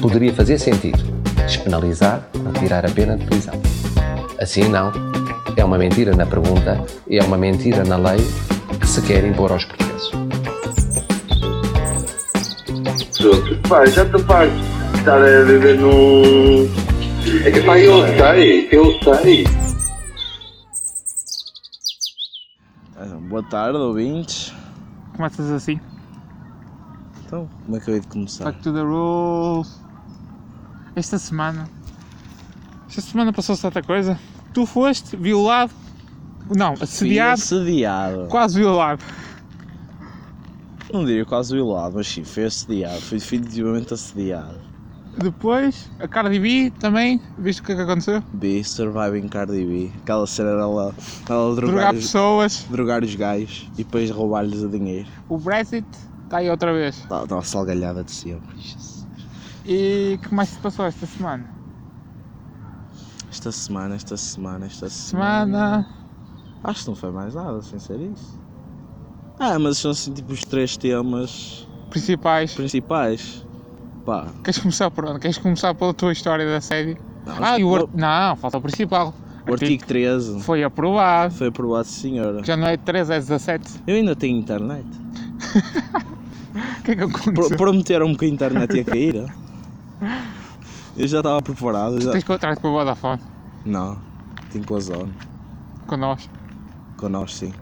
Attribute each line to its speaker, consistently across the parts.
Speaker 1: poderia fazer sentido despenalizar ou tirar a pena de prisão. Assim não, é uma mentira na pergunta e é uma mentira na lei que se quer impor aos portugueses.
Speaker 2: Pá, já estou farto de estar eh, a viver num. É que pá, eu sei, eu sei.
Speaker 3: Boa tarde, ouvintes.
Speaker 4: Começas assim.
Speaker 3: Então, como é que eu hei de começar?
Speaker 4: Back to the rules. Esta semana. Esta semana passou-se tanta coisa. Tu foste violado. Não, assediado.
Speaker 3: Fui assediado.
Speaker 4: Quase violado.
Speaker 3: Não diria quase violado, mas sim, fui assediado. Fui definitivamente assediado.
Speaker 4: Depois, a Cardi B também. Viste o que é que aconteceu?
Speaker 3: B, Surviving Cardi B. Aquela cena dela, dela
Speaker 4: Drogar
Speaker 3: drogar, os,
Speaker 4: pessoas.
Speaker 3: drogar os gajos e depois roubar-lhes o dinheiro.
Speaker 4: O Brexit. Está aí outra vez.
Speaker 3: Dá dá uma salgalhada de sempre. Jesus.
Speaker 4: E o que mais se passou esta semana?
Speaker 3: Esta semana, esta semana, esta semana.
Speaker 4: Semana.
Speaker 3: Acho que não foi mais nada, sem ser isso. Ah, mas são assim tipo os três temas
Speaker 4: Principais.
Speaker 3: principais. Pá.
Speaker 4: Queres começar por onde? Queres começar pela tua história da série?
Speaker 3: Não,
Speaker 4: Ah, e o ar... Não, falta o principal.
Speaker 3: O artigo 13
Speaker 4: Foi aprovado.
Speaker 3: foi aprovado, senhora.
Speaker 4: Já não é 13, é 17.
Speaker 3: Eu ainda tenho internet.
Speaker 4: O que é que
Speaker 3: Pro-
Speaker 4: aconteceu?
Speaker 3: Prometeram-me que a internet ia cair. ó. Eu já estava preparado. Já...
Speaker 4: Tens contrato com a Vodafone,
Speaker 3: Não, tenho com a Zone.
Speaker 4: com nós.
Speaker 3: Com nós, sim.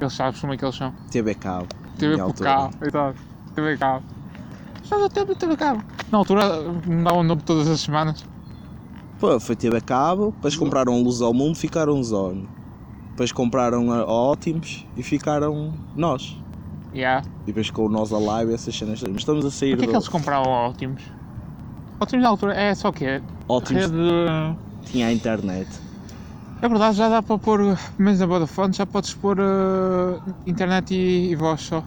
Speaker 4: Eles sabem como é que eles são.
Speaker 3: TV Cabo.
Speaker 4: TV
Speaker 3: minha
Speaker 4: por
Speaker 3: altura.
Speaker 4: cabo, exato. TV cabo. Estás o tempo de TV cabo. Na altura mudavam o nome todas as semanas.
Speaker 3: Pô, foi TV Cabo. Depois compraram Luz ao Mundo, ficaram Zone. Depois compraram a Ótimos e ficaram nós.
Speaker 4: Yeah.
Speaker 3: E depois com o Nós Alive e essas cenas. todas. Mas estamos a sair
Speaker 4: Porquê é
Speaker 3: do
Speaker 4: que eles compravam a Ótimos? Ótimos na altura é só o quê?
Speaker 3: Ótimos.
Speaker 4: Rede. de-
Speaker 3: Tinha a internet.
Speaker 4: É verdade, já dá para pôr, menos na Vodafone, já podes pôr eh, internet e, e voz só.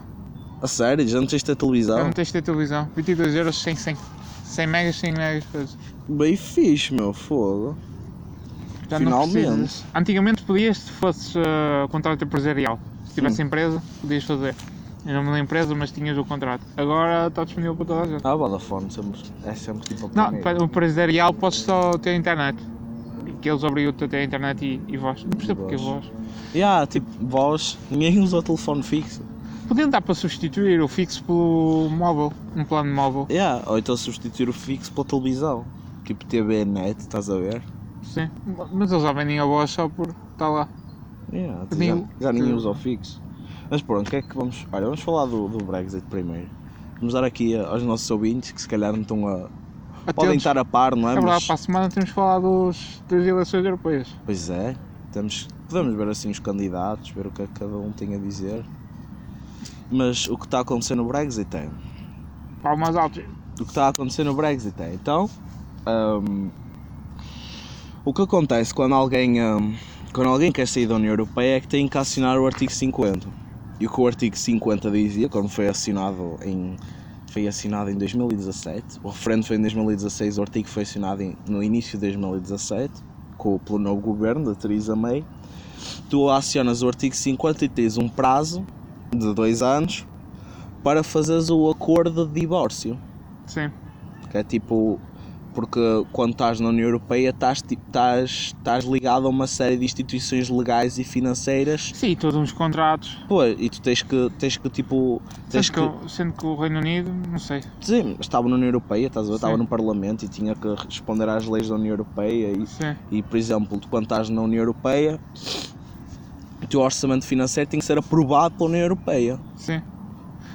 Speaker 3: A sério, já não tens de ter
Speaker 4: Eu
Speaker 3: televisão?
Speaker 4: não tens de ter televisão. 22 euros, 100, 100. 100 megas, 100 megas. coisa.
Speaker 3: Bem fixe, meu fogo.
Speaker 4: Já
Speaker 3: Finalmente.
Speaker 4: não precisas. Antigamente podias, se fosses eh, contrato empresarial. Se tivesse empresa, podias fazer. Eu não me lembro empresa, mas tinhas o contrato. Agora está disponível para toda a gente.
Speaker 3: Ah, Vodafone sempre, é sempre tipo a
Speaker 4: Não,
Speaker 3: primeira.
Speaker 4: para o empresarial podes só ter internet. Que eles obrigam-te a ter internet e, e voz. Não percebo porque
Speaker 3: voz.
Speaker 4: voz.
Speaker 3: Ya, tipo, voz, ninguém usa o telefone fixo.
Speaker 4: Podiam dar para substituir o fixo pelo móvel, um plano móvel.
Speaker 3: Ya, ou então substituir o fixo pela televisão. Tipo TV net, estás a ver?
Speaker 4: Sim. Mas eles já vendem a voz só por estar lá.
Speaker 3: Ya, tu
Speaker 4: Sim.
Speaker 3: tipo, já, já ninguém usa o fixo. Mas pronto, o que é que vamos. Olha, vamos falar do, do Brexit primeiro. Vamos dar aqui a- aos nossos ouvintes que se calhar não estão a. Podem
Speaker 4: Atentos.
Speaker 3: estar a par, não é?
Speaker 4: É verdade,
Speaker 3: Mas-
Speaker 4: para a semana temos falado dos, das eleições europeias.
Speaker 3: Pois é, temos, podemos ver assim os candidatos, ver o que é que cada um tem a dizer. Mas o que está a acontecer no Brexit é.
Speaker 4: Para mais altos.
Speaker 3: do que está a acontecer no Brexit. é. Então, hum, o que acontece quando alguém, hum, quando alguém quer sair da União Europeia é que tem que assinar o artigo 50. E o que o artigo 50 dizia, quando foi assinado em, foi assinado em 2017, o referendo foi em 2016, o artigo foi assinado em- no início de 2017, com, pelo novo governo da Theresa May, tu acionas o artigo 50 e tens um prazo de dois anos para fazeres o acordo de divórcio.
Speaker 4: Sim.
Speaker 3: Que é tipo. Porque quando estás na União Europeia estás, tipo, estás, estás ligado a uma série de instituições legais e financeiras.
Speaker 4: Sim, todos uns contratos.
Speaker 3: Pô, e tu tens que, tens que tipo. Tens
Speaker 4: Sendo que,
Speaker 3: que.
Speaker 4: eu- sendo que o Reino Unido, não sei.
Speaker 3: Sim, estava na União Europeia, estás a ver? Estava
Speaker 4: Sim.
Speaker 3: no Parlamento e tinha que responder às leis da União Europeia e
Speaker 4: Sim.
Speaker 3: e, por exemplo, tu quando estás na União Europeia, o teu orçamento financeiro tem que ser aprovado pela União Europeia.
Speaker 4: Sim.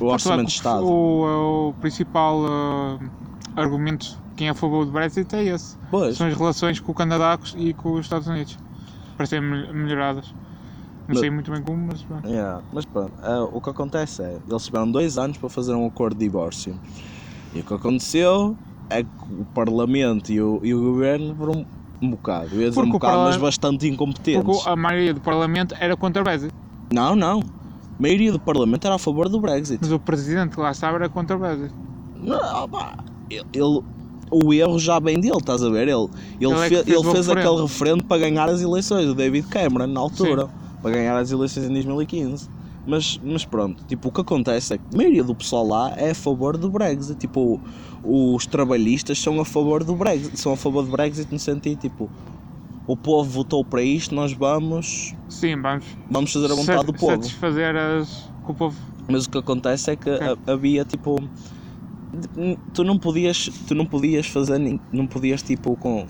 Speaker 3: O orçamento de
Speaker 4: Tanto
Speaker 3: Estado.
Speaker 4: é que O, o principal ah, argumento de quem é a favor do Brexit é esse.
Speaker 3: Pois,
Speaker 4: São as relações com o Canadá e com os Estados Unidos. Para serem mel- melhoradas. Não
Speaker 3: Mas-
Speaker 4: sei muito bem como, mas. bem.
Speaker 3: Yeah, Mas pronto, ah, o que acontece é, eles tiveram dois anos para fazer um acordo de divórcio. E o que aconteceu é que o Parlamento e o, e o Governo foram um bocado, eu ia dizer
Speaker 4: Porque
Speaker 3: um
Speaker 4: o
Speaker 3: bocado, mas
Speaker 4: Parlamento-
Speaker 3: bastante incompetentes.
Speaker 4: Porque a maioria do Parlamento era contra o Brexit.
Speaker 3: Não, não. A maioria do Parlamento era a favor do Brexit.
Speaker 4: Mas o presidente que lá estava era contra o Brexit.
Speaker 3: Não, pá, ele, ele- o erro já vem dele, estás a ver? Ele, ele,
Speaker 4: Ele é que
Speaker 3: fe-
Speaker 4: fez
Speaker 3: ele
Speaker 4: o
Speaker 3: fez
Speaker 4: referendo.
Speaker 3: aquele referendo para ganhar as eleições, o David Cameron, na altura, para ganhar as eleições em 2015. Mas, mas pronto, tipo, o que acontece é que a maioria do pessoal lá é a favor do Brexit. Tipo, o- os trabalhistas são a favor do Brexit. São a favor do Brexit no sentido, tipo, o povo votou para isto, nós vamos,
Speaker 4: Sim, vamos
Speaker 3: vamos fazer a vontade
Speaker 4: sat-
Speaker 3: do povo.
Speaker 4: satisfazer as. que o povo.
Speaker 3: Mas o que acontece é que ha- havia tipo. de- Tu não podias. Tu não podias fazer. nin- Não podias tipo com.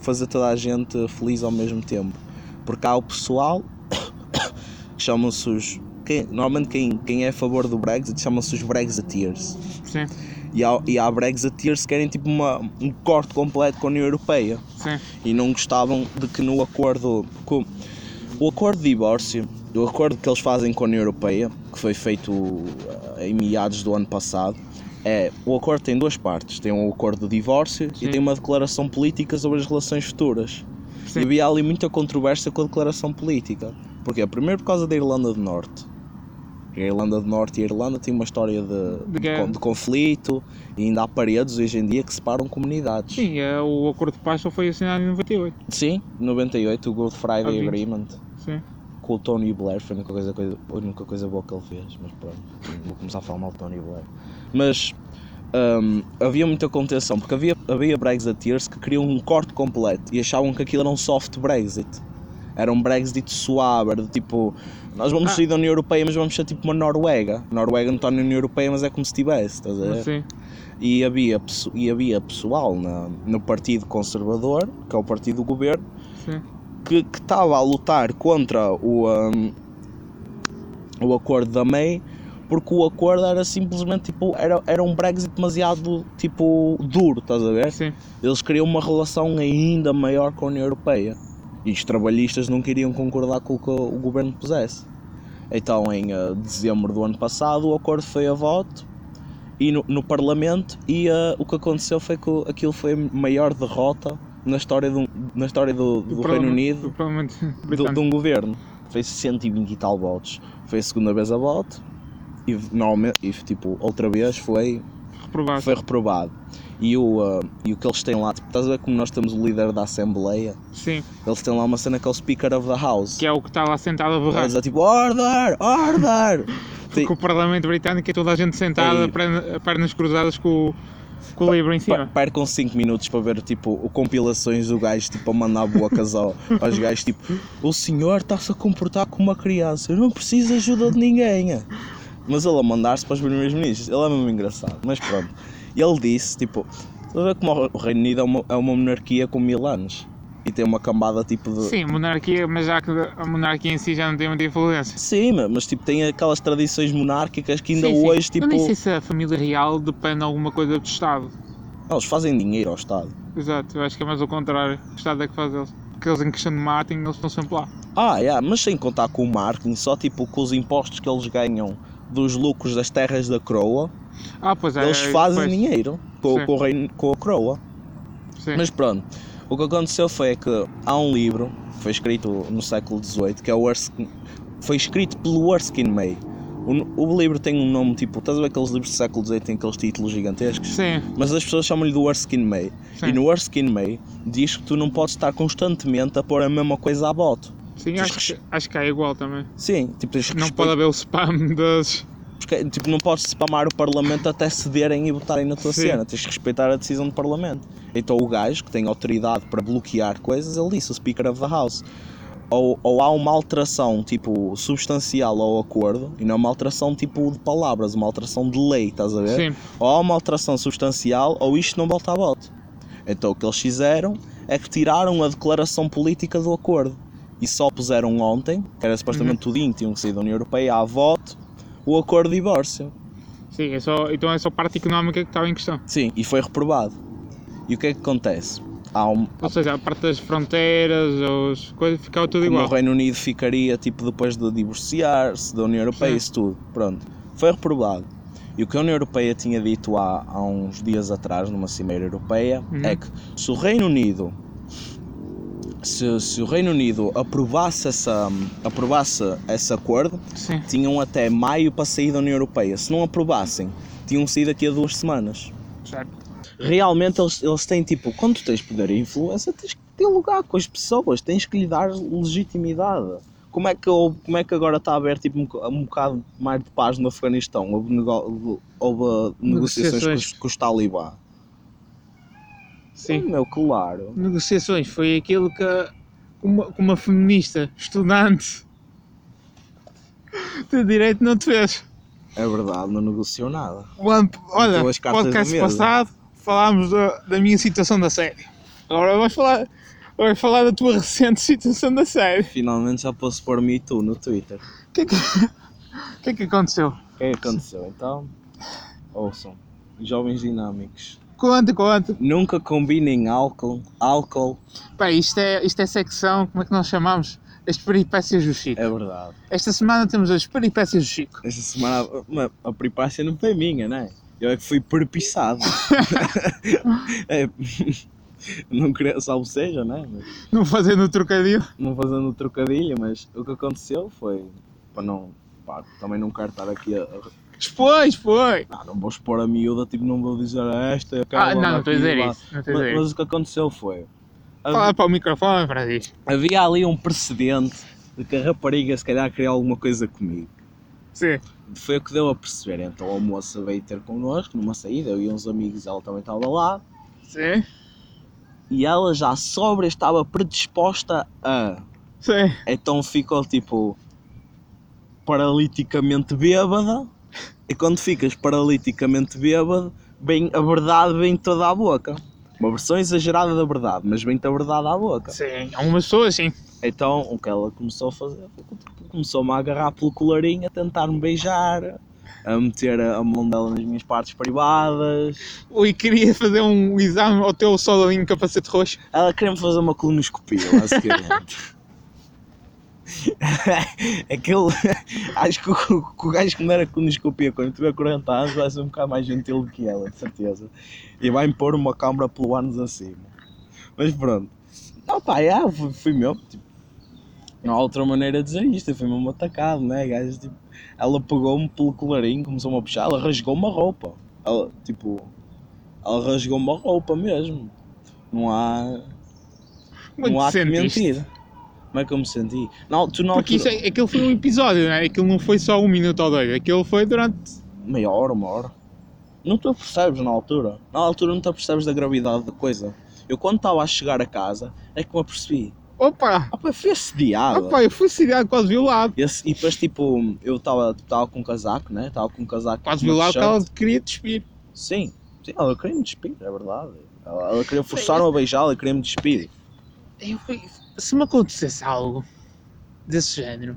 Speaker 3: Fazer toda a gente feliz ao mesmo tempo. Porque há o pessoal. que chamam-se os. quem- normalmente quem, quem é a favor do Brexit chama-se os Brexiteers.
Speaker 4: Sim,
Speaker 3: E há, e há Brexiteers que querem tipo uma, um corte completo com a União Europeia
Speaker 4: sim.
Speaker 3: e não gostavam de que no acordo com o acordo de divórcio, o acordo que eles fazem com a União Europeia, que foi feito eh, em meados do ano passado, é o acordo tem duas partes, tem um acordo de divórcio
Speaker 4: Sim.
Speaker 3: e tem uma declaração política sobre as relações futuras.
Speaker 4: Sim.
Speaker 3: E havia ali muita controvérsia com a declaração política. Porquê? Primeiro por causa da Irlanda do Norte. A Irlanda do Norte e a Irlanda têm uma história de,
Speaker 4: De
Speaker 3: de,
Speaker 4: guerra.
Speaker 3: con- de conflito e ainda há paredes hoje em dia que separam comunidades.
Speaker 4: Sim, é, o acordo de paz só foi assinado em 98.
Speaker 3: Sim, 98, o Good
Speaker 4: Ah,
Speaker 3: Friday
Speaker 4: vinte.
Speaker 3: Agreement
Speaker 4: Sim.
Speaker 3: com o Tony Blair foi a única coisa, coisa- a única coisa boa que ele fez, mas pronto, não vou começar a falar mal de Tony Blair. Mas hum, havia muita contenção, porque havia, havia Brexiteers que queriam um corte completo e achavam que aquilo era um soft Brexit. Era um Brexit suave, era do tipo, nós vamos
Speaker 4: Ah.
Speaker 3: sair da União Europeia, mas vamos ser tipo uma Noruega. A Noruega não está na União Europeia, mas é como se estivesse, estás a ver?
Speaker 4: Sim.
Speaker 3: e havia, pesso- e havia pessoal na, no Partido Conservador, que é o partido do governo,
Speaker 4: Sim.
Speaker 3: que que estava a lutar contra o, hum, o acordo da May, porque o acordo era simplesmente tipo, era, era um Brexit demasiado tipo duro, estás a ver?
Speaker 4: Sim.
Speaker 3: Eles queriam uma relação ainda maior com a União Europeia. E os trabalhistas não queriam concordar com o que o governo pusesse. Então, em eh, dezembro do ano passado, o acordo foi a voto e no, no Parlamento e eh, o que aconteceu foi que o- aquilo foi a maior derrota na história do, na história do, do Reino
Speaker 4: Parlamento-
Speaker 3: Unido
Speaker 4: Do Parlamento
Speaker 3: do- de
Speaker 4: Britânico.
Speaker 3: um governo. Foi 120 e tal votos. Foi a segunda vez a voto e normalmente, e, tipo, outra vez foi
Speaker 4: Reprovado.
Speaker 3: foi reprovado. E o, ah, e o que eles têm lá, tipo, estás a ver como nós temos o líder da Assembleia?
Speaker 4: Sim.
Speaker 3: Eles têm lá uma cena que é o Speaker of the House.
Speaker 4: Que é o que está lá sentado a berrar.
Speaker 3: Eles é tipo, order, order! Sim.
Speaker 4: Porque o Parlamento Britânico é toda a gente sentada,
Speaker 3: Aí.
Speaker 4: perna- pernas cruzadas com, o- com o livro em
Speaker 3: Pa-
Speaker 4: cima.
Speaker 3: Percam 5 minutos para ver tipo o- compilações do gajo tipo, a mandar bocas ao, aos gajos tipo o senhor está-se a comportar como uma criança, eu não preciso de ajuda de ninguém. Mas ele a mandar-se para os primeiros ministros, ele é mesmo engraçado, mas pronto. Ele disse tipo, estás a ver como o Reino Unido é uma, é uma monarquia com mil anos e tem uma cambada tipo de.
Speaker 4: Sim, monarquia, mas já que a monarquia em si já não tem muita influência.
Speaker 3: Sim, ma- mas tipo tem aquelas tradições monárquicas que ainda
Speaker 4: Sim, sim.
Speaker 3: hoje tipo.
Speaker 4: Eu nem sei se a família real depende de alguma coisa do Estado.
Speaker 3: Não, eles fazem dinheiro ao Estado.
Speaker 4: Exato, eu acho que é mais ao contrário. O Estado é que faz eles. Porque eles em questão de marketing, eles estão sempre lá.
Speaker 3: Ah, yeah, mas sem contar com o marketing, só tipo com os impostos que eles ganham dos lucros das terras da Croa,
Speaker 4: Ah, pois é.
Speaker 3: eles
Speaker 4: é,
Speaker 3: fazem
Speaker 4: pois.
Speaker 3: dinheiro com,
Speaker 4: Sim.
Speaker 3: com, o reino, com a Croa.
Speaker 4: Sim.
Speaker 3: Mas pronto, o que aconteceu foi que há um livro que foi escrito no século XVIII que é o Erskine, foi escrito pelo Erskine May. O, n- o livro tem um nome tipo, estás a ver aqueles livros do século XVIII têm aqueles títulos gigantescos?
Speaker 4: Sim,
Speaker 3: Mas as pessoas chamam-lhe do Erskine May.
Speaker 4: sim.
Speaker 3: E no Erskine May diz que tu não podes estar constantemente a pôr a mesma coisa à bote.
Speaker 4: Sim, acho que, acho que é igual também.
Speaker 3: Sim, tipo, tens que
Speaker 4: Não
Speaker 3: respeitar-
Speaker 4: pode haver o spam das.
Speaker 3: Porque, tipo, não podes spamar o Parlamento até cederem e botarem na tua
Speaker 4: Sim.
Speaker 3: cena. Tens que respeitar a decisão do Parlamento. Então o gajo, que tem autoridade para bloquear coisas, ele disse, o Speaker of the House. Ou, ou há uma alteração, tipo, substancial ao acordo, e não uma alteração, tipo, de palavras, uma alteração de lei, estás a ver?
Speaker 4: Sim,
Speaker 3: Ou há uma alteração substancial, ou isto não volta a voto. Então o que eles fizeram é que tiraram a declaração política do acordo. E só puseram ontem, que era supostamente tudinho, tinham que sair da União Europeia, à voto, o acordo de divórcio.
Speaker 4: sim. É só, então é só a parte económica que estava em questão.
Speaker 3: Sim, e foi reprovado. E o que é que acontece? Há um,
Speaker 4: Ou seja, a parte das fronteiras, as coisas, ficava tudo
Speaker 3: como
Speaker 4: igual.
Speaker 3: o Reino Unido ficaria tipo depois de divorciar-se da União Europeia,
Speaker 4: Sim.
Speaker 3: isso tudo. Pronto, foi reprovado. E o que a União Europeia tinha dito há, há uns dias atrás, numa cimeira europeia,
Speaker 4: Uhum.
Speaker 3: é que se o Reino Unido se, se o Reino Unido aprovasse, essa, aprovasse esse acordo,
Speaker 4: Sim.
Speaker 3: tinham até maio para sair da União Europeia. Se não aprovassem, tinham saído daqui a duas semanas
Speaker 4: Certo.
Speaker 3: realmente eles, eles têm tipo, quando tu tens poder e influência, tens que ter lugar com as pessoas, tens que lhe dar legitimidade. como é que, houve- como é que agora está a haver tipo, um, co- um bocado mais de paz no Afeganistão? Houve, nego- houve, uh, negociações com os,
Speaker 4: Negociações.
Speaker 3: com os talibã.
Speaker 4: Sim.
Speaker 3: Meu, claro.
Speaker 4: Negociações foi aquilo que uma, que uma feminista estudante de direito não te fez.
Speaker 3: É verdade, não negociou nada.
Speaker 4: O amp- Olha,
Speaker 3: Duas cartas
Speaker 4: podcast
Speaker 3: na mesa.
Speaker 4: passado falámos da, da minha situação da série. Agora vais falar, vais falar da tua recente situação da série.
Speaker 3: Finalmente já posso pôr Me Too no Twitter.
Speaker 4: O que é que, o que, é que aconteceu?
Speaker 3: O que é que aconteceu? Então, ouçam, jovens dinâmicos.
Speaker 4: Conta, conta.
Speaker 3: Nunca combinem álcool, álcool,
Speaker 4: Pá, isto é, isto é secção, como é que nós chamamos? As peripécias do Chico.
Speaker 3: é verdade.
Speaker 4: Esta semana temos as peripécias do Chico.
Speaker 3: Esta semana uma- a peripácia não foi minha, né? Eu é que fui perpiçado. É, não queria, salvo seja, né? Mas
Speaker 4: Não fazendo o trocadilho.
Speaker 3: não fazendo o trocadilho, mas o que aconteceu foi. Para não. Pá, também não quero estar aqui a. a-
Speaker 4: Pois, foi.
Speaker 3: Não, não vou expor a miúda, tipo, não vou dizer esta. é
Speaker 4: Ah,
Speaker 3: aquela,
Speaker 4: não, não estou a dizer
Speaker 3: aquilo,
Speaker 4: isso. Não estou a
Speaker 3: Mas,
Speaker 4: dizer isso.
Speaker 3: mas o que aconteceu foi.
Speaker 4: Fala para o microfone, Francisco.
Speaker 3: Havia ali um precedente de que a rapariga se calhar queria alguma coisa comigo.
Speaker 4: Sim.
Speaker 3: Foi o que deu a perceber. Então a moça veio ter connosco numa saída, eu e uns amigos, ela também estava lá.
Speaker 4: Sim.
Speaker 3: E ela já sobra estava predisposta a.
Speaker 4: Sim.
Speaker 3: Então ficou tipo. paraliticamente bêbada. E quando ficas paraliticamente bêbado, bem, a verdade vem toda à boca. Uma versão exagerada da verdade, mas vem-te a verdade à boca.
Speaker 4: Sim. Algumas pessoas, sim.
Speaker 3: Então, o que ela começou a fazer foi que tipo, começou-me a agarrar pelo colarinho, a tentar-me beijar, a meter a a mão dela nas minhas partes privadas.
Speaker 4: Ui, queria fazer um exame ao teu soldadinho de capacete roxo.
Speaker 3: Ela queria-me fazer uma colonoscopia, basicamente. Aquele. Acho que o, que o gajo que me era colonoscopia quando tiver 40 anos vai ser um bocado mais gentil do que ela, de certeza. E vai me pôr uma câmara pelo ânus acima. Mas pronto. Ah pá, yeah, fui, fui mesmo. Tipo, não há outra maneira de dizer isto, foi mesmo atacado, né? Gajo, tipo, ela pegou-me pelo colarinho, começou-me a puxar, ela rasgou-me a roupa. Ela, tipo, ela rasgou-me a roupa mesmo. Não há.
Speaker 4: Muito
Speaker 3: não há que
Speaker 4: decente isto.
Speaker 3: mentir. Um Como é que eu me senti? Não, tu não
Speaker 4: Porque isso, é- aquilo foi um episódio, não é? Aquilo não foi só um minuto ou dois. Aquilo foi durante.
Speaker 3: meia hora, uma hora. Não te apercebes na altura. Na altura não te apercebes da gravidade da coisa. Eu quando estava a chegar a casa é que me apercebi.
Speaker 4: Opa!
Speaker 3: Ah, pá, fui assediado.
Speaker 4: Opa, eu fui cidade quase violado.
Speaker 3: Esse- e depois tipo, eu estava tava com um casaco, né? Estava com um casaco.
Speaker 4: Quase
Speaker 3: com uma
Speaker 4: violado porque
Speaker 3: t-shirt.
Speaker 4: ela queria despir.
Speaker 3: Sim, sim, ela queria me despir, é verdade. Ela, ela queria forçar-me
Speaker 4: é-
Speaker 3: a beijar, ela queria me despir.
Speaker 4: Eu fui- Se me acontecesse algo desse género,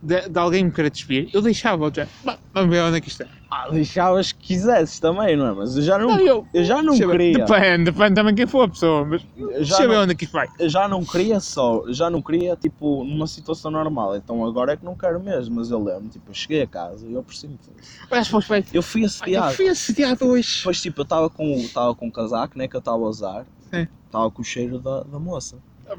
Speaker 4: de, de alguém me querer despir, eu deixava outra. Bah, Vamos ver onde é que isto é.
Speaker 3: Ah, deixavas que quisesses também, não é? Mas eu já não,
Speaker 4: Não, eu.
Speaker 3: eu já não
Speaker 4: Deixa eu ver.
Speaker 3: queria.
Speaker 4: Depende, depende também quem for a pessoa, mas
Speaker 3: Eu já
Speaker 4: deixa eu
Speaker 3: não-
Speaker 4: ver onde é que isto vai.
Speaker 3: eu já não queria só, eu já não queria, tipo, numa situação normal. Então agora é que não quero mesmo, mas eu lembro, tipo, eu cheguei a casa e eu percebi
Speaker 4: Olhas para o espelho.
Speaker 3: Eu fui
Speaker 4: Ai, Eu
Speaker 3: assediado.
Speaker 4: fui assediado hoje.
Speaker 3: Depois, tipo, eu estava com, o- tava com o casaco, né, que eu estava a usar.
Speaker 4: Sim.
Speaker 3: Estava com o cheiro da, da moça.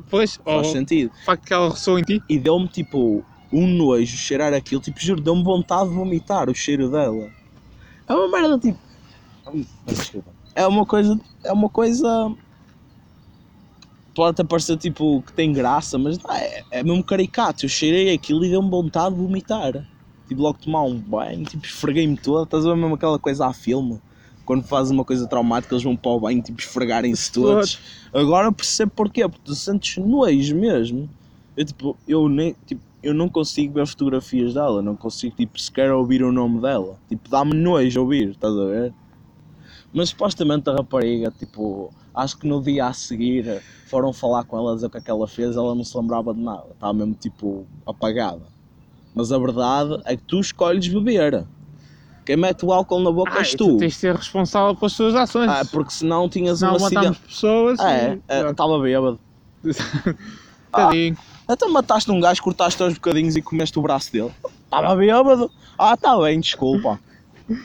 Speaker 4: Pois, ou
Speaker 3: Faz sentido.
Speaker 4: o facto que ela ressoa em ti.
Speaker 3: E deu-me, tipo, um nojo cheirar aquilo. Tipo, juro, deu-me vontade de vomitar o cheiro dela. É uma merda, tipo... Hum, Desculpa. É uma coisa... É uma coisa... Pode até parecer, tipo, que tem graça, mas não, é, é mesmo caricato. Eu cheirei aquilo e deu-me vontade de vomitar. Tipo, logo tomar um banho, tipo, esfreguei-me toda. Estás a ver mesmo aquela coisa a filme? Quando fazes uma coisa traumática, eles vão para o banho, tipo, esfregarem-se todos. Agora eu percebo porquê, porque tu sentes nojo mesmo. Eu, tipo, eu nem, tipo, eu não consigo ver fotografias dela, não consigo, tipo, sequer ouvir o nome dela. Tipo, dá-me nojo ouvir, estás a ver? Mas supostamente a rapariga, tipo, acho que no dia a seguir foram falar com ela dizer o que é que ela fez, ela não se lembrava de nada, estava mesmo, tipo, apagada. Mas a verdade é que tu escolhes beber. Quem mete o álcool na boca és
Speaker 4: Ah, e
Speaker 3: tu.
Speaker 4: tens de ser responsável pelas tuas ações.
Speaker 3: Ah, porque senão tinhas um
Speaker 4: Senão matamos
Speaker 3: acidente.
Speaker 4: pessoas.
Speaker 3: Ah, é,
Speaker 4: e- tá
Speaker 3: é, Ah, estava bêbado.
Speaker 4: Tadinho.
Speaker 3: Então mataste um gajo, cortaste aos bocadinhos e comeste o braço dele. Estava bêbado. Ah, está bem, desculpa.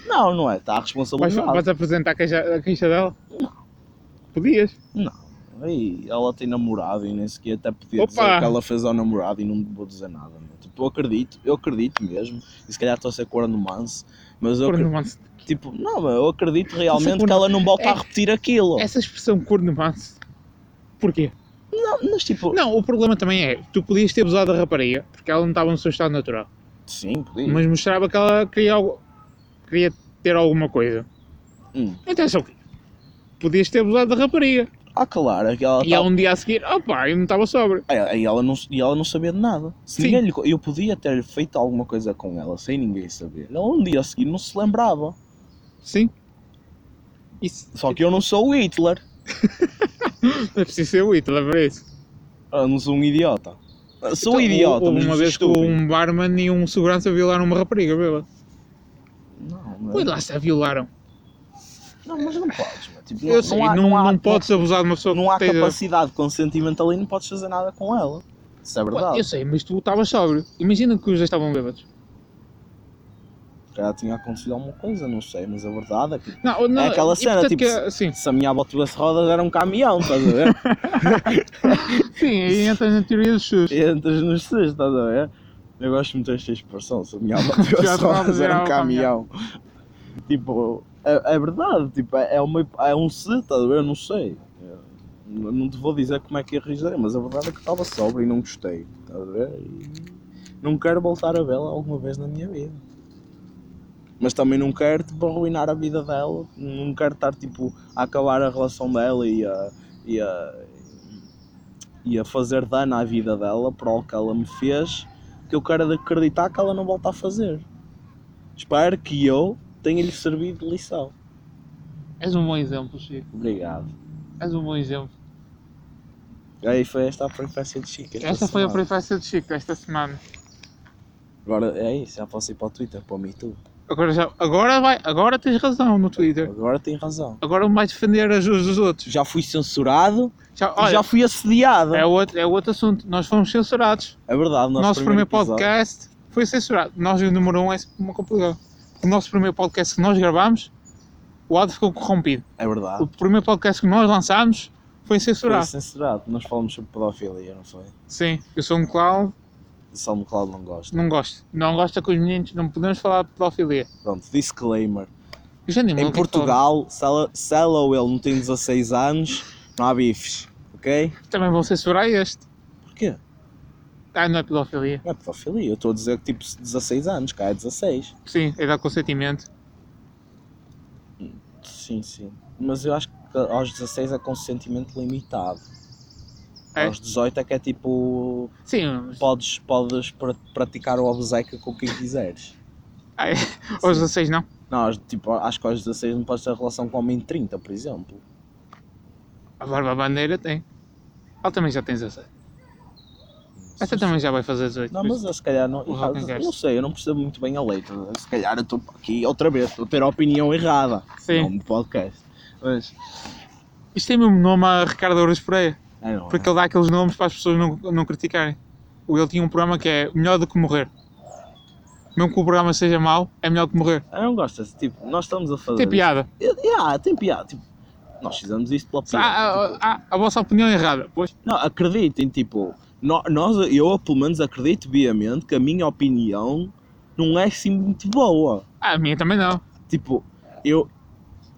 Speaker 3: Não, não é, está a
Speaker 4: Vais,
Speaker 3: responsabilidade.
Speaker 4: vais apresentar a queixa, a queixa dela? Podias.
Speaker 3: Ei, ela tem namorado e nem sequer até podia dizer
Speaker 4: Opa!
Speaker 3: o que ela fez ao namorado e não vou dizer nada. Meu. Tipo, eu acredito, eu acredito mesmo. E se calhar estou a ser corno manso, mas eu,
Speaker 4: Corno
Speaker 3: acre-
Speaker 4: manso.
Speaker 3: tipo, não, meu, eu acredito realmente
Speaker 4: corno-
Speaker 3: que ela não volta
Speaker 4: É-
Speaker 3: a repetir aquilo.
Speaker 4: Essa expressão corno manso. Porquê?
Speaker 3: Não, mas tipo.
Speaker 4: Não, o problema também é, tu podias ter abusado da rapariga, porque ela não estava no seu estado natural.
Speaker 3: Sim, podia.
Speaker 4: Mas mostrava que ela queria, algo, queria ter alguma coisa.
Speaker 3: Hum.
Speaker 4: Então é só que podias ter abusado da rapariga.
Speaker 3: Ah, claro, aquela
Speaker 4: E há um dia a seguir, opá, eu não estava sobra.
Speaker 3: tá- É, E ela, não, e ela não sabia de nada. Se
Speaker 4: Sim.
Speaker 3: ninguém lhe co- eu podia ter feito alguma coisa com ela sem ninguém saber. Ela um dia a seguir não se lembrava.
Speaker 4: Sim. Isso.
Speaker 3: Só que eu não sou o Hitler.
Speaker 4: É preciso ser o Hitler para isso.
Speaker 3: Eu não sou um idiota. Eu sou um
Speaker 4: Então,
Speaker 3: idiota,
Speaker 4: houve
Speaker 3: mas
Speaker 4: uma
Speaker 3: não
Speaker 4: vez que
Speaker 3: sou estúpido. É.
Speaker 4: um barman e um segurança violaram uma rapariga, viu?
Speaker 3: Não, não,
Speaker 4: Pois lá se a violaram.
Speaker 3: não, mas não podes. Mano. Tipo,
Speaker 4: Eu sei, não, não, podes abusar de uma pessoa
Speaker 3: não há
Speaker 4: que esteja-
Speaker 3: capacidade consentimento ali, não podes fazer nada com ela. Isso é
Speaker 4: Pá, Eu
Speaker 3: verdade.
Speaker 4: sei, mas tu estavas sóbrio. Imagina que os dois estavam bêbados.
Speaker 3: Já tinha acontecido alguma coisa, não sei, mas a verdade é que
Speaker 4: Não, não,
Speaker 3: É aquela
Speaker 4: e
Speaker 3: cena,
Speaker 4: portanto
Speaker 3: tipo,
Speaker 4: que- sim,
Speaker 3: se a minha avó tivesse rodas era um caminhão, estás a ver?
Speaker 4: sim, aí entra na teoria dos chus.
Speaker 3: Entras nos seus, estás a ver? Eu gosto muito desta expressão, se a minha avó tivesse
Speaker 4: Já estava
Speaker 3: rodas
Speaker 4: a
Speaker 3: era um
Speaker 4: fazer algo
Speaker 3: caminhão. Tipo, é, é verdade, tipo, é, é uma, é um se, estás a ver? Eu não sei. Eu n- não te vou dizer como é que registrei, mas a verdade é que estava sobra e não gostei, estás a ver? E não quero voltar a vê-la alguma vez na minha vida. Mas também não quero tipo, arruinar a vida dela, não quero estar tipo, a acabar a relação dela e a, e a, e a fazer dano à vida dela para o que ela me fez, que eu quero acreditar que ela não volta a fazer. Espero que eu tenha-lhe servido de lição.
Speaker 4: És um bom exemplo, Chico.
Speaker 3: Obrigado.
Speaker 4: És um bom exemplo.
Speaker 3: Aí foi esta a preferência de Chica. esta
Speaker 4: Esta foi a
Speaker 3: semana.
Speaker 4: preferência de Chico desta semana.
Speaker 3: Agora é isso, já posso ir para o Twitter, para o Me Too.
Speaker 4: Agora, já, agora, vai, agora tens razão no Twitter.
Speaker 3: Agora tem razão.
Speaker 4: Agora vais defender as duas dos outros.
Speaker 3: Já fui censurado
Speaker 4: Já,
Speaker 3: e
Speaker 4: olha,
Speaker 3: já fui assediado.
Speaker 4: é, outro, é outro assunto. Nós fomos censurados.
Speaker 3: É verdade, o
Speaker 4: O
Speaker 3: nosso,
Speaker 4: nosso primeiro
Speaker 3: episódio-
Speaker 4: podcast foi censurado. Nós, o número um, é sempre uma complicada. O nosso primeiro podcast que nós gravámos, o áudio ficou corrompido.
Speaker 3: É verdade.
Speaker 4: O primeiro podcast que nós lançámos foi
Speaker 3: Foi
Speaker 4: censurado.
Speaker 3: censurado. Nós falamos sobre pedofilia, não foi?
Speaker 4: Sim, eu sou um clown,
Speaker 3: O Salmo Cláudio não gosta.
Speaker 4: não gosto. Não gosta com os meninos, não podemos falar de pedofilia.
Speaker 3: Pronto, disclaimer.
Speaker 4: Eu já nem me
Speaker 3: Em
Speaker 4: lembro o que é que
Speaker 3: Portugal, se ela, se ela ou ele não tem 16 anos, não há bifes, ok?
Speaker 4: falamos. Também vão censurar este.
Speaker 3: Porquê?
Speaker 4: Ah, não é pedofilia.
Speaker 3: Não é pedofilia, eu estou a dizer que tipo 16 anos, cá é 16.
Speaker 4: Sim, é dar consentimento.
Speaker 3: Sim, sim. Mas eu acho que aos 16 é consentimento limitado.
Speaker 4: É?
Speaker 3: Aos 18 é que é tipo.
Speaker 4: Sim, mas
Speaker 3: Podes, podes pra- praticar o obsequio com quem quiseres.
Speaker 4: Ah, é? aos
Speaker 3: Sim.
Speaker 4: 16 não.
Speaker 3: Não, aos- tipo, acho que aos 16 não podes ter relação com um homem de 30, por exemplo.
Speaker 4: A barba bandeira tem. Ela também já tem 16. Esta também já vai fazer 18.
Speaker 3: Não,
Speaker 4: por
Speaker 3: mas eu, se calhar não.
Speaker 4: O Robin Garcia.
Speaker 3: Não sei, eu não percebo muito bem a lei. Se calhar eu estou aqui outra vez, estou a ter a opinião errada.
Speaker 4: isso. Sim.
Speaker 3: Não no podcast. Mas.
Speaker 4: Isto tem mesmo nome a Ricardo Ouros Pereira,
Speaker 3: É, não, é.
Speaker 4: porque ele dá aqueles nomes para as pessoas não, não criticarem. Ele tinha um programa que é melhor do que morrer. Mesmo que o programa seja mau, é melhor do que morrer.
Speaker 3: Eu não gosto desse tipo. Nós estamos a fazer.
Speaker 4: Tem piada.
Speaker 3: Eu- yeah, tem piada. Tipo, nós fizemos isto pela
Speaker 4: Ah,
Speaker 3: piada.
Speaker 4: ah, ah, a vossa opinião é errada. Pois,
Speaker 3: Não, acreditem, tipo. nó- Nós, eu, pelo menos, acredito viamente que a minha opinião não é assim muito boa.
Speaker 4: ah, a minha também não.
Speaker 3: Tipo, eu.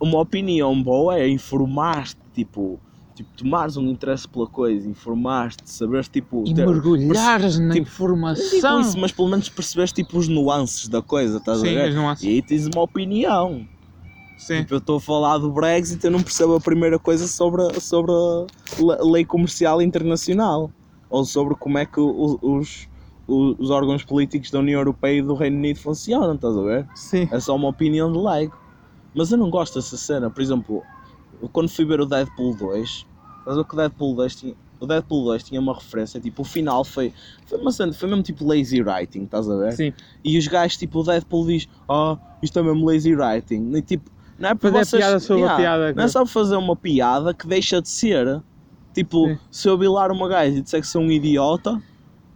Speaker 3: Uma opinião boa é informar-te, tipo. Tipo, tomares um interesse pela coisa, informar-te, saberes, tipo.
Speaker 4: E
Speaker 3: ter-
Speaker 4: mergulhares
Speaker 3: tipo,
Speaker 4: na
Speaker 3: Não digo
Speaker 4: informação.
Speaker 3: isso, mas pelo menos percebeste tipo os nuances da coisa, estás
Speaker 4: Sim,
Speaker 3: a
Speaker 4: as
Speaker 3: ver?
Speaker 4: nuances.
Speaker 3: é. E aí tens uma opinião.
Speaker 4: Sim.
Speaker 3: Tipo, eu estou a falar do Brexit, eu não percebo a primeira coisa sobre, a- sobre a le- lei comercial internacional. Ou sobre como é que o- os, os, os órgãos políticos da União Europeia e do Reino Unido funcionam, estás a ver?
Speaker 4: Sim.
Speaker 3: É só uma opinião de leigo. Mas eu não gosto dessa cena. Por exemplo, eu quando fui ver o Deadpool 2, estás a ver que o Deadpool 2 tinha. O Deadpool 2 tinha uma referência, tipo, o final foi. Foi, uma cena, foi mesmo tipo lazy writing, estás a ver?
Speaker 4: Sim.
Speaker 3: E os gajos, tipo, o Deadpool diz: Oh, isto é mesmo lazy writing. E, tipo, não é para
Speaker 4: Fazer
Speaker 3: vocês-
Speaker 4: piada sobre a
Speaker 3: Yeah,
Speaker 4: piada,
Speaker 3: Não é
Speaker 4: cara.
Speaker 3: só fazer uma piada que deixa de ser. Tipo,
Speaker 4: Sim.
Speaker 3: se eu bilar uma gaja e disser que sou um idiota,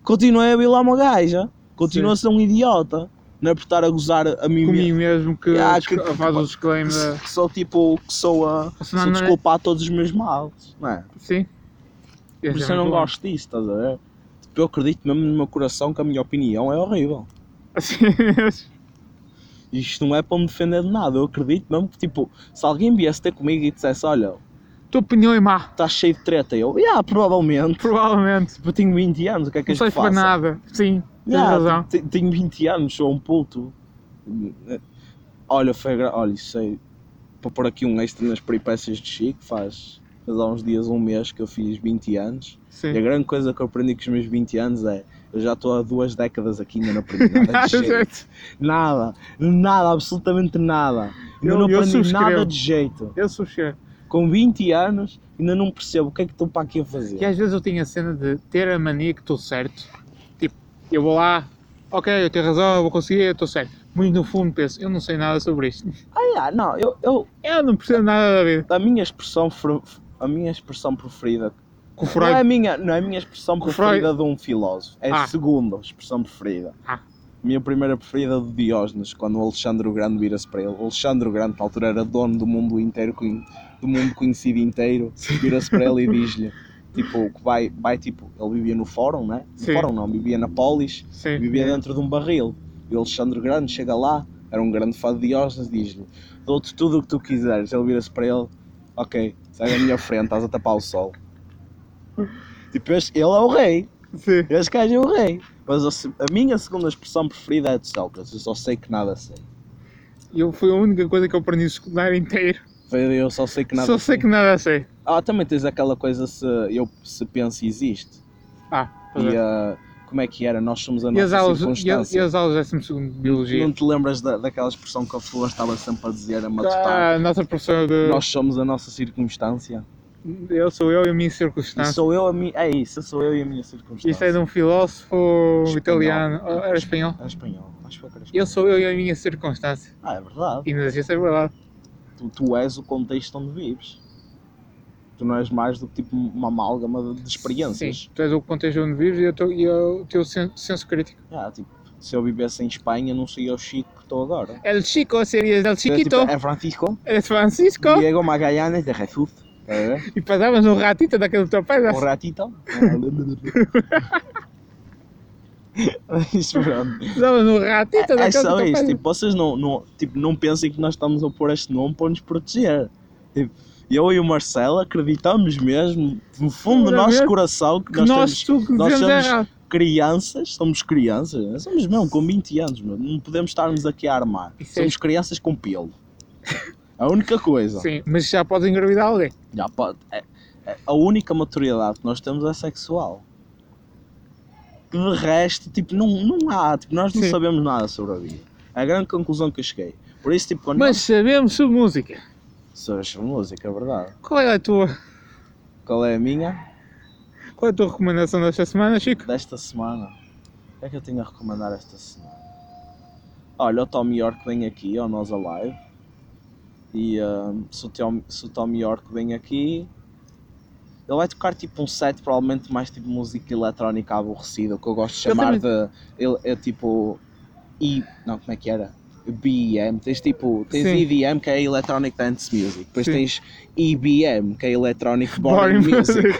Speaker 3: continuei a bilar uma gaja. Continua a ser um idiota. Não é por estar a gozar a mim mesmo.
Speaker 4: Comigo mesmo que,
Speaker 3: Ah,
Speaker 4: descre-
Speaker 3: que-
Speaker 4: faz
Speaker 3: que-
Speaker 4: o disclaimer. da-
Speaker 3: Que sou tipo, que sou a
Speaker 4: Senão
Speaker 3: sou
Speaker 4: não é-
Speaker 3: desculpar todos os meus males, não é?
Speaker 4: Sim.
Speaker 3: Por
Speaker 4: é,
Speaker 3: isso eu não gosto disso, estás a ver? Tipo, eu acredito mesmo no meu coração que a minha opinião é horrível.
Speaker 4: Assim,
Speaker 3: Isto não é para me defender de nada, eu acredito mesmo que, tipo, se alguém viesse ter comigo e dissesse, olha,
Speaker 4: tua opinião é má.
Speaker 3: Estás cheio de treta. E eu, yeah, provavelmente. Tipo,
Speaker 4: Provavelmente.
Speaker 3: Eu tenho 20 anos, o que é que
Speaker 4: Não
Speaker 3: és que
Speaker 4: sei para
Speaker 3: faça?
Speaker 4: nada. Sim, tens
Speaker 3: Ya,
Speaker 4: razão.
Speaker 3: te- Tenho 20 anos, sou um puto. Olha, foi gra... Olha, isso aí. Para pôr aqui um extra nas peripécias de Chico, faz, faz há uns dias, um mês que eu fiz 20 anos. E a
Speaker 4: Sim.
Speaker 3: grande coisa que eu aprendi com os meus 20 anos é. Eu já estou há duas décadas aqui e ainda não aprendi nada de jeito. Nada, nada, absolutamente nada. Ainda
Speaker 4: Eu-
Speaker 3: não
Speaker 4: eu
Speaker 3: aprendi nada
Speaker 4: subscrevo.
Speaker 3: de jeito.
Speaker 4: Eu subscrevo.
Speaker 3: Com 20 anos, ainda não percebo o que é que estou para aqui a fazer.
Speaker 4: Que às vezes eu tenho a cena de ter a mania que estou certo. Tipo, eu vou lá, ok, eu tenho razão, eu vou conseguir, eu estou certo. Mas no fundo penso, eu não sei nada sobre isto.
Speaker 3: Ah, é, não, eu, eu,
Speaker 4: Eu não percebo nada da vida.
Speaker 3: a minha expressão, fre- a minha expressão preferida
Speaker 4: Com o
Speaker 3: Não é, a
Speaker 4: Freud.
Speaker 3: minha, não é a minha expressão
Speaker 4: O
Speaker 3: preferida de um filósofo. É a
Speaker 4: Ah.
Speaker 3: segunda expressão preferida.
Speaker 4: Ah.
Speaker 3: Minha primeira preferida é do Diógenes, quando o Alexandre o Grande vira-se para ele. O Alexandre o Grande, na altura, era dono do mundo inteiro, conhe- do mundo conhecido inteiro, vira-se para ele e diz-lhe, tipo, que vai, vai, tipo, ele vivia no fórum, né? No
Speaker 4: Sim.
Speaker 3: fórum não, vivia na polis,
Speaker 4: Sim.
Speaker 3: vivia dentro de um barril. E o Alexandre o Grande chega lá, era um grande fã de Diógenes, diz-lhe, dou-te tudo o que tu quiseres. Ele vira-se para ele, ok, sai da minha frente, estás a tapar o sol. Tipo, este- ele é o rei.
Speaker 4: Sim.
Speaker 3: Este gajo é o rei. Mas eu se- a minha segunda expressão preferida é de Sócrates. Eu só sei que nada sei.
Speaker 4: Eu, foi a única coisa que eu aprendi no secundário inteiro.
Speaker 3: Foi de Eu só sei que nada
Speaker 4: Só sei que nada sei.
Speaker 3: Ah, também tens aquela coisa se eu se penso existe.
Speaker 4: Ah,
Speaker 3: E ah, como é que era? Nós somos a
Speaker 4: e as
Speaker 3: nossa
Speaker 4: aulas, e, as- e
Speaker 3: circunstância.
Speaker 4: as aulas de 12 de Biologia?
Speaker 3: Não te lembras da, daquela expressão que a pessoa estava sempre a dizer, a matutar?
Speaker 4: Ah, a nossa professora de.
Speaker 3: Nós somos a nossa circunstância.
Speaker 4: Eu sou eu e a minha
Speaker 3: E
Speaker 4: circunstância.
Speaker 3: sou eu a minha. É isso, sou eu e a minha circunstância.
Speaker 4: Isto Ah. é de um filósofo
Speaker 3: Espanhol.
Speaker 4: italiano. Ah, Era espanhol.
Speaker 3: Era espanhol. Acho que era espanhol.
Speaker 4: Eu sou eu e a minha circunstância.
Speaker 3: Ah, é verdade.
Speaker 4: E não sei se é verdade.
Speaker 3: Tu, tu és o contexto onde vives. Tu não és mais do que tipo uma amálgama de, de experiências.
Speaker 4: Sim, tu és o contexto onde vives e, eu tô- e eu- o teu sen- senso crítico.
Speaker 3: Ah, tipo, se eu vivesse em Espanha, não seria o Chico que estou agora.
Speaker 4: El Chico serias El
Speaker 3: Seria,
Speaker 4: Chiquito,
Speaker 3: tipo, é Francisco,
Speaker 4: El Francisco,
Speaker 3: Diego Magallanes de Jesus. Tá a ver?
Speaker 4: e passavas um ratito daquele teu pai.
Speaker 3: O ratito. Isso, pronto.
Speaker 4: Passavas um ratito
Speaker 3: É
Speaker 4: daquele
Speaker 3: só
Speaker 4: teu
Speaker 3: isso,
Speaker 4: pai.
Speaker 3: tipo, vocês não, não, tipo, não pensem que nós estamos a pôr este nome para nos proteger. Tipo, eu e o Marcelo acreditamos mesmo, no fundo do nosso
Speaker 4: Seguramente
Speaker 3: coração, que
Speaker 4: que
Speaker 3: nós,
Speaker 4: nós,
Speaker 3: temos
Speaker 4: tu que
Speaker 3: nós
Speaker 4: dizemos é
Speaker 3: temos-
Speaker 4: errado.
Speaker 3: crianças, somos crianças, né? somos mesmo com 20 anos, meu. não podemos estarmos aqui a armar.
Speaker 4: Isso é-
Speaker 3: somos crianças com pelo. É A única coisa.
Speaker 4: Sim, mas já podes engravidar alguém.
Speaker 3: Já pode- é- é- a única maturidade que nós temos é sexual. Que de resto, tipo, não, não há, tipo, nós não
Speaker 4: Sim.
Speaker 3: sabemos nada sobre a vida. É a grande conclusão que eu cheguei. Por isso, tipo, quando
Speaker 4: Mas sabemos sobre música.
Speaker 3: nós... Sobre música, é verdade.
Speaker 4: Qual é a tua,
Speaker 3: Qual é a minha
Speaker 4: qual é a tua recomendação desta semana, Chico?
Speaker 3: desta semana? O que é que eu tenho a recomendar esta semana? Olha, o Tom York vem aqui ao Nós Alive. E hum, se, o Tom, se o Tom York vem aqui, ele vai tocar tipo um set, provavelmente mais tipo música eletrónica aborrecida, o que eu gosto de
Speaker 4: Eu
Speaker 3: chamar de. Ele é tipo. E. Não, como é que era? BEM. Tens tipo. Tens
Speaker 4: Sim.
Speaker 3: EDM, que é Electronic Dance Music. Depois
Speaker 4: Sim.
Speaker 3: tens EBM, que é Electronic Boring, Music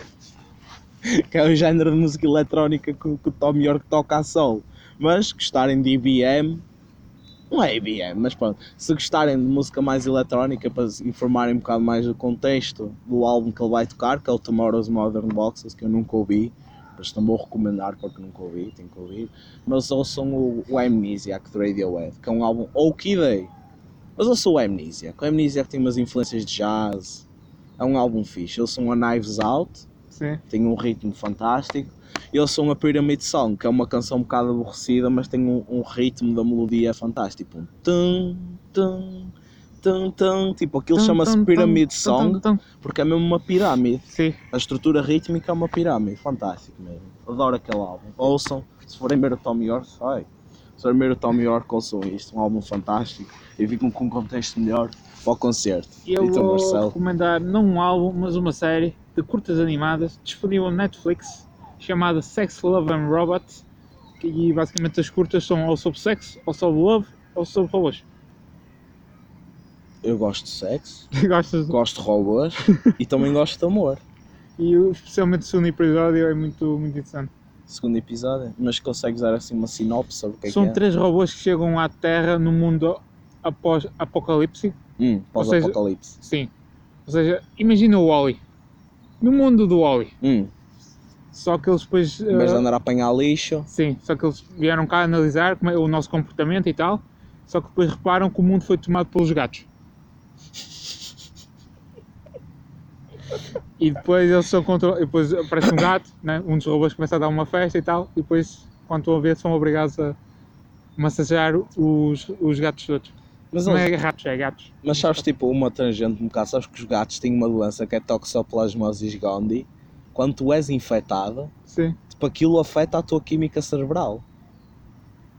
Speaker 3: que é o género de música eletrónica que, que o Tom York toca a sol. Mas gostarem de IBM, não é IBM, mas pronto, se gostarem de música mais eletrónica para se informarem um bocado mais do contexto do álbum que ele vai tocar, que é o Tomorrow's Modern Boxes, que eu nunca ouvi, mas não vou recomendar porque nunca ouvi, tenho que ouvir. Mas ouçam o, o Amnesiac de Radiohead, que é um álbum ok, mas eu sou o Amnesiac. O Amnesiac tem umas influências de jazz, é um álbum fixe. Eu sou um Knives Out,
Speaker 4: Sim,
Speaker 3: tem um ritmo fantástico. Eu sou uma Pyramid Song, que é uma canção um bocado aborrecida, mas tem um, um ritmo da melodia fantástico. Um tum, tum, tum, tum. Tipo, aquilo
Speaker 4: Tum,
Speaker 3: chama-se
Speaker 4: tum,
Speaker 3: Pyramid
Speaker 4: tum,
Speaker 3: Song,
Speaker 4: tum, tum.
Speaker 3: porque é mesmo uma pirâmide.
Speaker 4: Sim,
Speaker 3: A estrutura rítmica é uma pirâmide, fantástico mesmo. Adoro aquele álbum. Ouçam, se forem ver o Tom York, ai, se forem ver o Tom York, ouçam isto. Um álbum fantástico e ficam com um contexto melhor para o concerto.
Speaker 4: eu
Speaker 3: Então,
Speaker 4: vou
Speaker 3: Marcelo.
Speaker 4: recomendar não um álbum, mas uma série de curtas animadas disponível na Netflix chamada Sex, Love and Robot. E basicamente as curtas são ou sobre sexo, ou sobre love, ou sobre robôs.
Speaker 3: Eu gosto de sexo,
Speaker 4: Gostas? do-
Speaker 3: gosto de robôs e também gosto de amor.
Speaker 4: E especialmente o segundo episódio é muito, muito interessante.
Speaker 3: segundo episódio, mas consegues dar assim uma sinopse sobre o que é
Speaker 4: são
Speaker 3: que é?
Speaker 4: três robôs que chegam à Terra no mundo após apocalipse.
Speaker 3: Hum, pós-apocalipse.
Speaker 4: Sim. Ou seja, imagina o Wally. No mundo do Wally.
Speaker 3: Hum,
Speaker 4: Só que eles depois.
Speaker 3: em vez de
Speaker 4: eh,
Speaker 3: andar a apanhar lixo.
Speaker 4: Sim, só que eles vieram cá analisar como é o nosso comportamento e tal, só que depois reparam que o mundo foi tomado pelos gatos. E depois eles são contra... e depois aparece um gato, né? um dos robôs começa a dar uma festa e tal, e depois, quando estão a ver, são obrigados a massagear os, os gatos todos.
Speaker 3: Mas,
Speaker 4: Não
Speaker 3: eles-
Speaker 4: é ratos, é gatos.
Speaker 3: mas sabes, tipo, uma tangente um bocado, sabes que os gatos têm uma doença que é toxoplasmose gondii. Quando tu és infectado,
Speaker 4: Sim.
Speaker 3: tipo, aquilo afeta a tua química cerebral.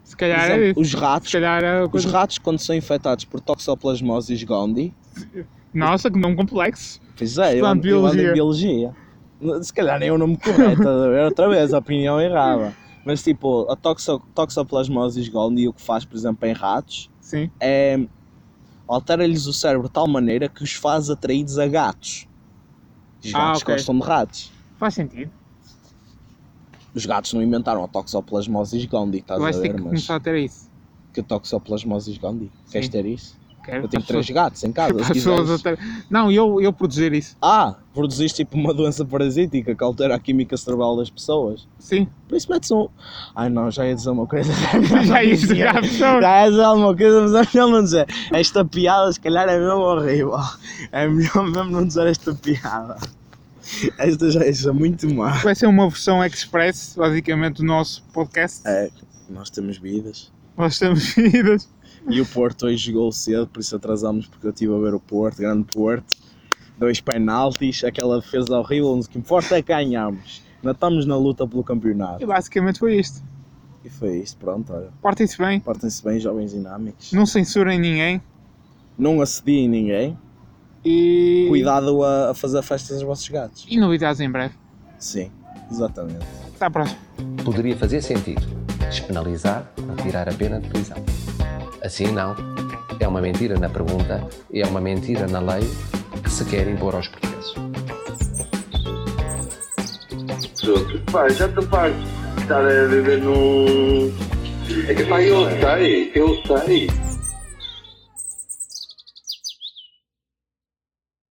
Speaker 4: Se
Speaker 3: Por
Speaker 4: calhar é
Speaker 3: exemplo,
Speaker 4: isso.
Speaker 3: os ratos,
Speaker 4: Se calhar é a
Speaker 3: os
Speaker 4: coisa.
Speaker 3: ratos quando são infectados por toxoplasmose gondii,
Speaker 4: Nossa, que nome complexo.
Speaker 3: Pois é, eu
Speaker 4: Estudante
Speaker 3: ando,
Speaker 4: de
Speaker 3: eu ando em biologia. Se calhar nem é o nome correto, estás a ver? outra vez, a opinião errada. Mas tipo, a toxo, toxoplasmose gondii, o que faz, por exemplo, em ratos,
Speaker 4: Sim.
Speaker 3: é altera-lhes o cérebro de tal maneira que os faz atraídos a gatos. Os
Speaker 4: Ah,
Speaker 3: gatos
Speaker 4: ok.
Speaker 3: gostam de ratos.
Speaker 4: Faz sentido.
Speaker 3: Os gatos não inventaram a toxoplasmose gondii, estás
Speaker 4: Vais
Speaker 3: a
Speaker 4: ter
Speaker 3: ver?
Speaker 4: que
Speaker 3: Mas
Speaker 4: começar a ter isso.
Speaker 3: que toxoplasmose gondii? Queres
Speaker 4: Sim.
Speaker 3: ter isso?
Speaker 4: Quero
Speaker 3: Eu tenho
Speaker 4: pessoas-
Speaker 3: três gatos em casa, se
Speaker 4: pessoas
Speaker 3: quiseres.
Speaker 4: até- Não, eu, eu proteger isso.
Speaker 3: Ah, produziste tipo uma doença parasítica que altera a química cerebral das pessoas.
Speaker 4: Sim.
Speaker 3: Por isso metes um. Ai não, já ia dizer uma coisa.
Speaker 4: Já ia dizer à pessoa.
Speaker 3: Já ia dizer alguma coisa, mas é melhor não dizer. Esta piada, se calhar, é mesmo horrível. É melhor mesmo não dizer esta piada. Esta já é muito má.
Speaker 4: Vai ser uma versão express, basicamente, do nosso podcast.
Speaker 3: É, nós temos vidas.
Speaker 4: Nós estamos vidas.
Speaker 3: E o Porto hoje jogou cedo, por isso atrasámos, porque eu estive a ver o Porto, grande Porto. Dois penaltis, aquela defesa horrível, mas o que importa é que ganhámos. Ainda estamos na luta pelo
Speaker 4: E
Speaker 3: campeonato.
Speaker 4: basicamente foi isto.
Speaker 3: E foi isto, pronto, olha.
Speaker 4: Portem-se bem,
Speaker 3: Portem-se bem, jovens dinâmicos.
Speaker 4: não censurem ninguém
Speaker 3: Não acediem ninguém.
Speaker 4: e.
Speaker 3: cuidado a, a fazer festas aos vossos gatos.
Speaker 4: E novidades em breve.
Speaker 3: Sim, exatamente.
Speaker 4: Até à próxima.
Speaker 1: Poderia fazer sentido despenalizar ou tirar a pena de prisão. Assim não. É uma mentira na pergunta e é uma mentira na lei que se quer impor aos portugueses.
Speaker 2: Pronto, pá, já estou farto eh, um- tá de estar a viver num. É que pá, eu sei, eu sei.